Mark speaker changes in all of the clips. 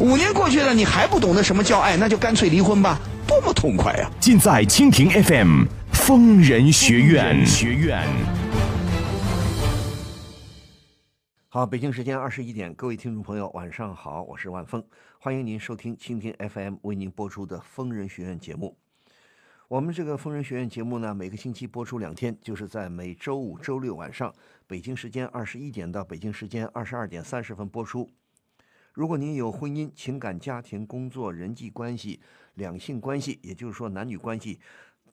Speaker 1: 五年过去了，你还不懂得什么叫爱，那就干脆离婚吧，多么痛快啊呀、
Speaker 2: 尽在蜻蜓 FM《疯人学院》。学院，
Speaker 3: 好，北京时间二十一点，各位听众朋友，晚上好，我是万峰，欢迎您收听蜻蜓 FM 为您播出的《疯人学院》节目。我们这个《疯人学院》节目呢，每个星期播出两天，就是在每周五、周六晚上，北京时间二十一点到北京时间二十二点三十分播出。如果您有婚姻、情感、家庭、工作、人际关系、两性关系，也就是说男女关系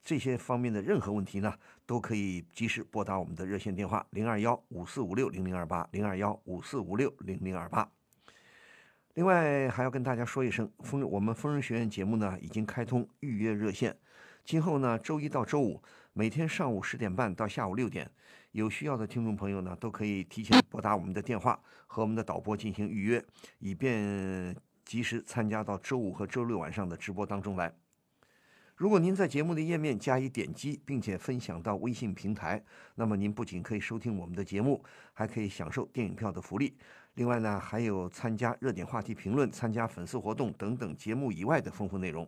Speaker 3: 这些方面的任何问题呢，都可以及时拨打我们的热线电话零二幺五四五六零零二八零二幺五四五六零零二八。另外还要跟大家说一声，丰我们丰润学院节目呢已经开通预约热线，今后呢周一到周五每天上午十点半到下午六点，有需要的听众朋友呢都可以提前拨打我们的电话和我们的导播进行预约，以便及时参加到周五和周六晚上的直播当中来。如果您在节目的页面加以点击，并且分享到微信平台，那么您不仅可以收听我们的节目，还可以享受电影票的福利。另外呢，还有参加热点话题评论、参加粉丝活动等等节目以外的丰富内容。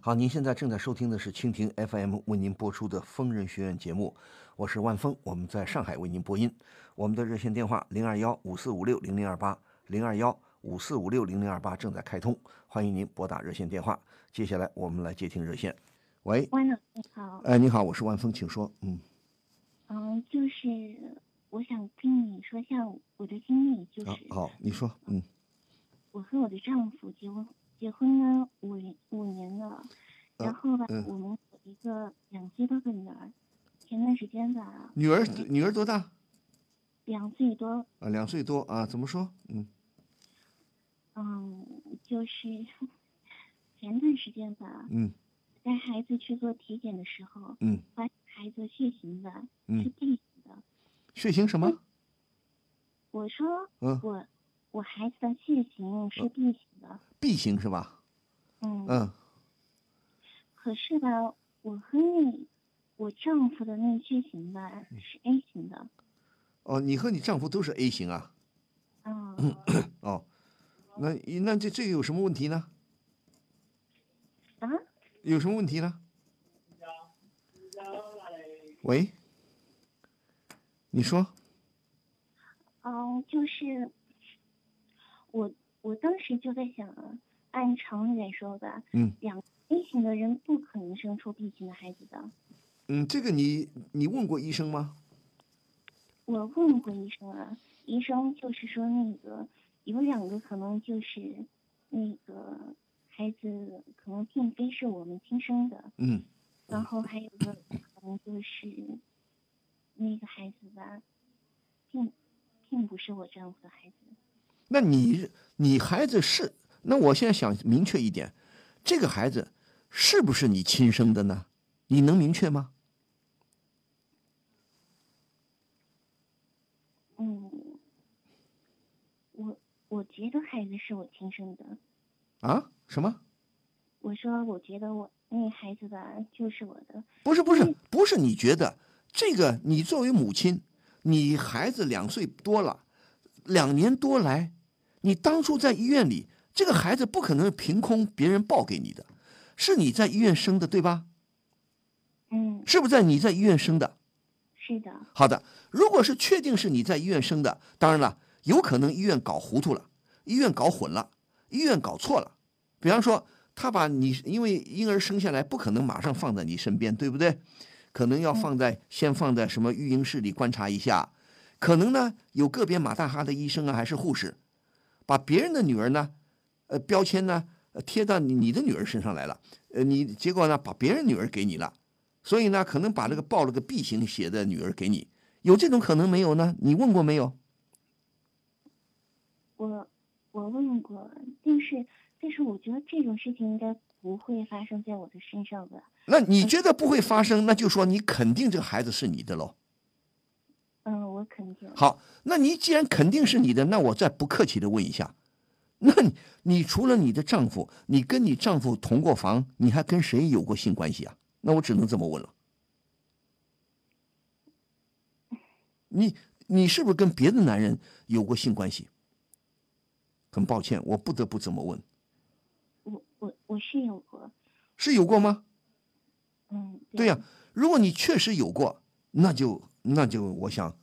Speaker 3: 好，您现在正在收听的是蜻蜓 FM 为您播出的《疯人学院》节目，我是万峰，我们在上海为您播音。我们的热线电话零二幺五四五六零零二八零二幺五四五六零零二八正在开通，欢迎您拨打热线电话。接下来我们来接听热线。喂，
Speaker 4: 关老师好，
Speaker 3: 哎，你好，我是万峰，请说。嗯，
Speaker 4: 嗯、就是我想跟你说一下我的经历，就
Speaker 3: 好、
Speaker 4: 是
Speaker 3: 好，你说。嗯，
Speaker 4: 我和我的丈夫结婚，结婚呢五年五年了，然后吧，
Speaker 3: 嗯
Speaker 4: 我们有一个两岁多的女儿，前段时间吧，
Speaker 3: 女儿女儿多大？
Speaker 4: 两岁多，
Speaker 3: 啊，两岁多啊？怎么说？嗯
Speaker 4: 嗯，就是 前段时间吧，
Speaker 3: 嗯
Speaker 4: 带孩子去做体检的时候，
Speaker 3: 嗯
Speaker 4: 发现孩子血型吧是
Speaker 3: 嗯，
Speaker 4: B 型的，
Speaker 3: 血型什么？
Speaker 4: 我说
Speaker 3: 嗯
Speaker 4: 我我孩子的血型是 B 型的，
Speaker 3: ，B 型是吧？
Speaker 4: 嗯。
Speaker 3: 嗯
Speaker 4: 可是吧，我和那我丈夫的那血型吧是 A 型的，
Speaker 3: 哦，你和你丈夫都是 A 型啊？
Speaker 4: 嗯，
Speaker 3: 哦，那一那这这个有什么问题呢？
Speaker 4: 啊，
Speaker 3: 有什么问题呢？喂，你说，
Speaker 4: 嗯，就是我我当时就在想啊，按常理来说吧，
Speaker 3: 嗯
Speaker 4: 两 A 型的人不可能生出 B 型的孩子的。
Speaker 3: 嗯，这个你你问过医生吗？
Speaker 4: 我问过医生啊，医生就是说那个有两个可能就是那个孩子可能并非是我们亲生的，
Speaker 3: 嗯，
Speaker 4: 然后还有个可能就是那个孩子吧，并并不是我丈夫的孩子。
Speaker 3: 那你你孩子是？那我现在想明确一点，这个孩子是不是你亲生的呢？你能明确吗？
Speaker 4: 嗯，我我觉得孩子是我亲生的。
Speaker 3: 啊？什么？
Speaker 4: 我说我觉得我那孩子吧就是我的。
Speaker 3: 不是不是不是，你觉得这个你作为母亲，你孩子两岁多了，两年多来，你当初在医院里，这个孩子不可能凭空别人抱给你的，是你在医院生的对吧？
Speaker 4: 嗯，
Speaker 3: 是不是在你在医院生的？
Speaker 4: 是的，
Speaker 3: 好的，如果是确定是你在医院生的，当然了，有可能医院搞糊涂了，医院搞混了，医院搞错了。比方说，他把你因为婴儿生下来不可能马上放在你身边，对不对？可能要放在先放在什么育婴室里观察一下，可能呢有个别马大哈的医生啊还是护士，把别人的女儿呢，呃标签呢、呃贴到你你的女儿身上来了，呃你结果呢把别人女儿给你了。所以呢，可能把这个报了个 B 型血的女儿给你，有这种可能没有呢？你问过没有？
Speaker 4: 我我问过，但是但是我觉得这种事情应该不会发生在我的身上吧？
Speaker 3: 那你觉得不会发生，那就说你肯定这个孩子是你的喽。
Speaker 4: 嗯，我肯定。
Speaker 3: 好，那你既然肯定是你的，那我再不客气的问一下，那你你除了你的丈夫，你跟你丈夫同过房，你还跟谁有过性关系啊？那我只能这么问了。你你是不是跟别的男人有过性关系？很抱歉，我不得不这么问，
Speaker 4: 我我我是有过，
Speaker 3: 是有过吗？
Speaker 4: 嗯，
Speaker 3: 对呀、如果你确实有过，那就那就我想，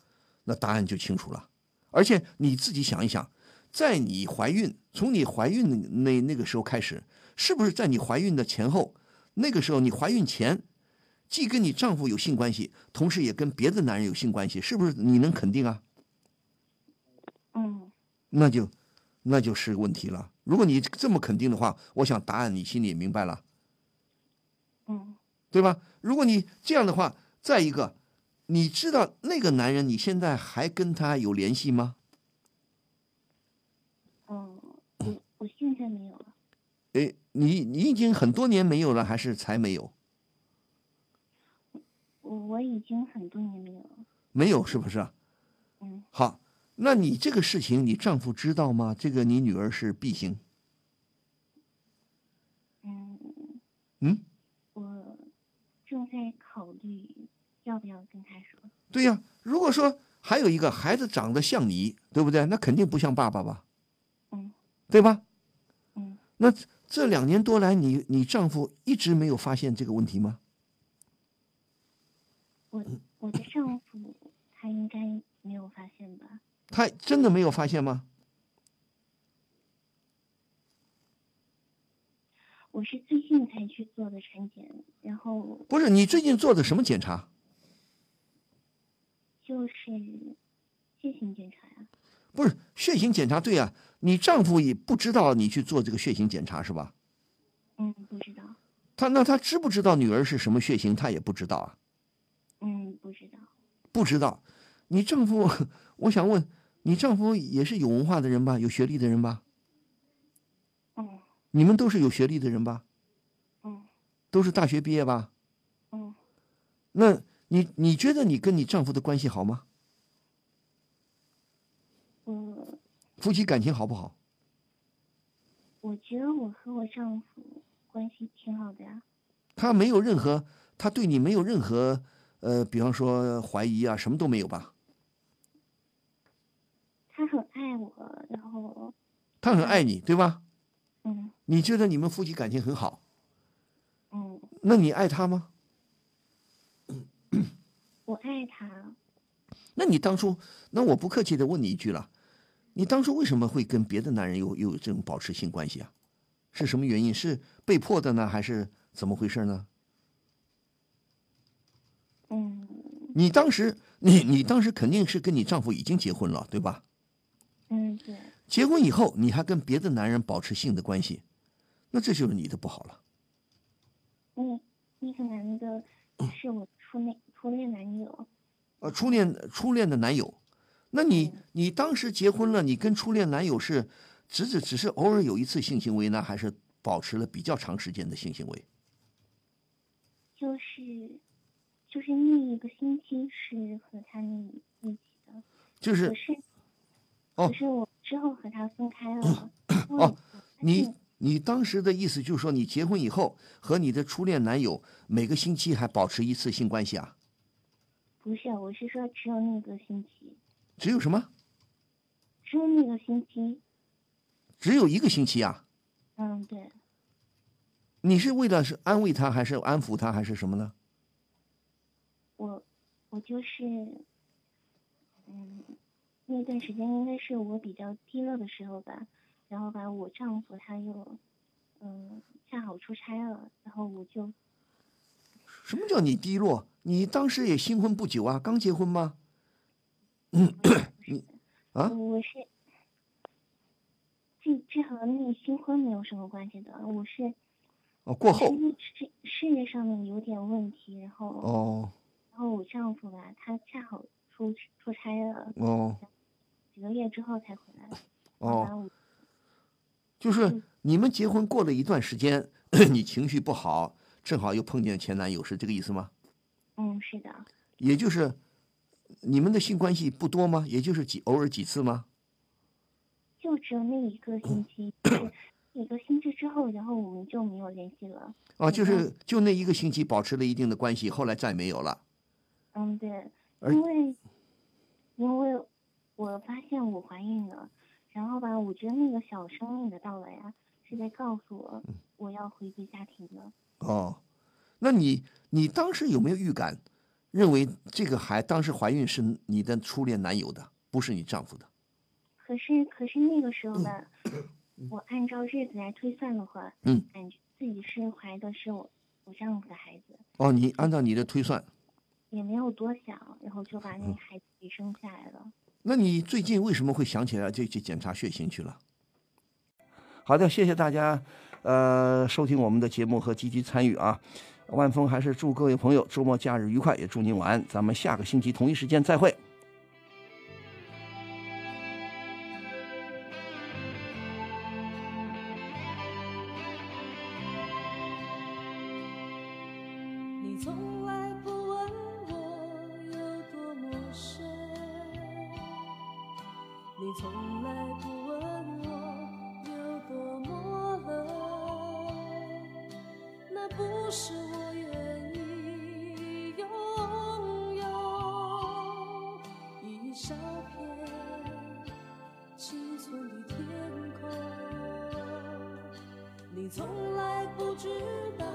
Speaker 3: 那答案就清楚了。而且你自己想一想，在你怀孕，从你怀孕那那那个时候开始，是不是在你怀孕的前后，那个时候你怀孕前，既跟你丈夫有性关系，同时也跟别的男人有性关系，是不是你能肯定啊？
Speaker 4: 嗯，
Speaker 3: 那就那就是问题了。如果你这么肯定的话，我想答案你心里也明白了。
Speaker 4: 嗯
Speaker 3: 对吧？如果你这样的话，再一个，你知道那个男人你现在还跟他有联系吗？
Speaker 4: 嗯，我我现在没有了，
Speaker 3: 诶，你你已经很多年没有了，还是才没有？
Speaker 4: 我我已经很多年没有了。
Speaker 3: 没有是不是？
Speaker 4: 嗯，
Speaker 3: 好，那你这个事情你丈夫知道吗？这个你女儿是 B 型，
Speaker 4: 嗯，
Speaker 3: 嗯，
Speaker 4: 我正在考虑要不要跟他说。
Speaker 3: 对呀。如果说还有一个孩子长得像你，对不对？那肯定不像爸爸吧？
Speaker 4: 嗯，
Speaker 3: 对吧？
Speaker 4: 嗯，
Speaker 3: 那这这两年多来你，你丈夫一直没有发现这个问题吗？
Speaker 4: 我
Speaker 3: 嗯
Speaker 4: 我的丈夫他应该没有发现吧？
Speaker 3: 他真的没有发现吗？
Speaker 4: 我是最近才去做的产检，然后
Speaker 3: 不是你最近做的什么检查？
Speaker 4: 就是血型检查呀、
Speaker 3: 不是血型检查，对啊，你丈夫也不知道你去做这个血型检查是吧？
Speaker 4: 嗯，不知道，
Speaker 3: 他那他知不知道女儿是什么血型？他也不知道啊，
Speaker 4: 嗯，不知道，
Speaker 3: 不知道。你丈夫， 我想问，你丈夫也是有文化的人吧？有学历的人吧？
Speaker 4: 嗯
Speaker 3: 你们都是有学历的人吧？
Speaker 4: 嗯
Speaker 3: 都是大学毕业吧？
Speaker 4: 嗯，
Speaker 3: 那你你觉得你跟你丈夫的关系好吗？
Speaker 4: 我
Speaker 3: 夫妻感情好不好？
Speaker 4: 我觉得我和我丈夫关系挺好的呀、
Speaker 3: 他没有任何，他对你没有任何，呃，比方说怀疑啊，什么都没有吧？
Speaker 4: 他很爱我，然后
Speaker 3: 他很爱你，对吧？
Speaker 4: 嗯
Speaker 3: 你觉得你们夫妻感情很好，
Speaker 4: 嗯，
Speaker 3: 那你爱他吗？
Speaker 4: 我爱他，
Speaker 3: 那你当初，那我不客气的问你一句了，你当初为什么会跟别的男人有有这种保持性关系啊？是什么原因？是被迫的呢，还是怎么回事呢？
Speaker 4: 嗯
Speaker 3: 你当时，你你当时肯定是跟你丈夫已经结婚了，对吧？
Speaker 4: 嗯，对，
Speaker 3: 结婚以后，你还跟别的男人保持性的关系，那这就是你的不好了。
Speaker 4: 那那个男的是我初恋初恋男友，
Speaker 3: 呃，初恋初恋的男友，那你
Speaker 4: 嗯
Speaker 3: 你当时结婚了，你跟初恋男友是只只只是偶尔有一次性行为呢，还是保持了比较长时间的性行为？
Speaker 4: 就是就是那一个星期是和他那一起的，
Speaker 3: 就
Speaker 4: 可
Speaker 3: 是
Speaker 4: 是
Speaker 3: 嗯哦
Speaker 4: 可是我之后和他分开了，因为
Speaker 3: 哦你
Speaker 4: 嗯
Speaker 3: 你当时的意思就是说，你结婚以后和你的初恋男友每个星期还保持一次性关系啊？
Speaker 4: 不是，我是说只有那个星期，
Speaker 3: 只有什么？
Speaker 4: 只有那个星期，
Speaker 3: 只有一个星期啊？
Speaker 4: 嗯，对，
Speaker 3: 你是为了是安慰他，还是安抚他，还是什么呢？
Speaker 4: 我我就是，嗯，那段时间应该是我比较低落的时候吧，然后吧，我丈夫他又，嗯，恰好出差了，然后我就
Speaker 3: 什么叫你低落？你当时也新婚不久啊，刚结婚吗？啊
Speaker 4: 我是，这这和那个新婚没有什么关系的，我是
Speaker 3: 哦，过后
Speaker 4: 是事事业上面有点问题，然后、
Speaker 3: 哦
Speaker 4: 然后我丈夫吧，他恰好出出差了
Speaker 3: 哦
Speaker 4: 几个月之后才回来，然
Speaker 3: 哦，
Speaker 4: 后我
Speaker 3: 就是你们结婚过了一段时间， 你情绪不好，正好又碰见前男友，是这个意思吗？
Speaker 4: 嗯，是的，
Speaker 3: 也就是你们的性关系不多吗？也就是几偶尔几次吗？
Speaker 4: 就只有那一个星期，就是 一个星期之后，然后我们就没有联系了。
Speaker 3: 啊，就是就那一个星期保持了一定的关系，后来再没有了。
Speaker 4: 嗯，对，
Speaker 3: 而
Speaker 4: 因为因为我发现我怀孕了，然后吧，我觉得那个小生命的到来啊，是在告诉我
Speaker 3: 嗯
Speaker 4: 我要回归家庭了。
Speaker 3: 哦，那你你当时有没有预感，认为这个孩当时怀孕是你的初恋男友的，不是你丈夫的？
Speaker 4: 可是可是那个时候吧， 我按照日子来推算的话，
Speaker 3: 嗯，
Speaker 4: 感觉自己是怀的是我我丈夫的孩子，
Speaker 3: 哦，你按照你的推算，
Speaker 4: 也没有多想，然后就把那个孩子给生下来了。
Speaker 3: 那你最近为什么会想起来就去检查血型去了？好的，谢谢大家，呃，收听我们的节目和积极参与啊。万峰还是祝各位朋友周末假日愉快，也祝您晚安。咱们下个星期同一时间再会。
Speaker 5: 你从来不问我有多么深，你从来不问我有多么冷，那不是我愿意拥有一小片青春的天空。你从来不知道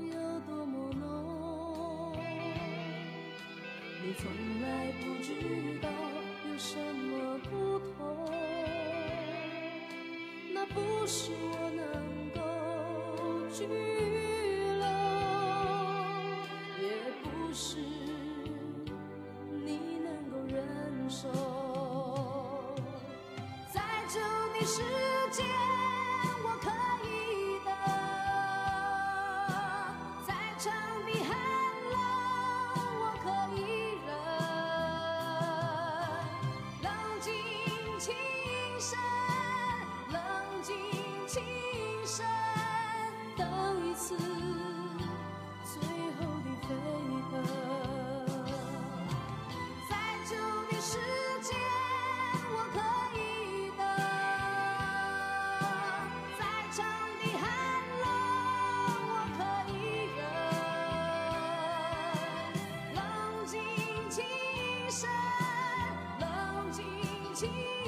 Speaker 5: 有多么浓，你从来不知道有什么不同，那不是我能够拘留，也不是你能够忍受。在这的世界，我可以的；再长的寒冷，我可以忍。冷静轻声，冷静轻声，等一次最后的飞奔。在这的世界，我可以的；再长的寒冷，我可以忍。冷静轻声，冷静轻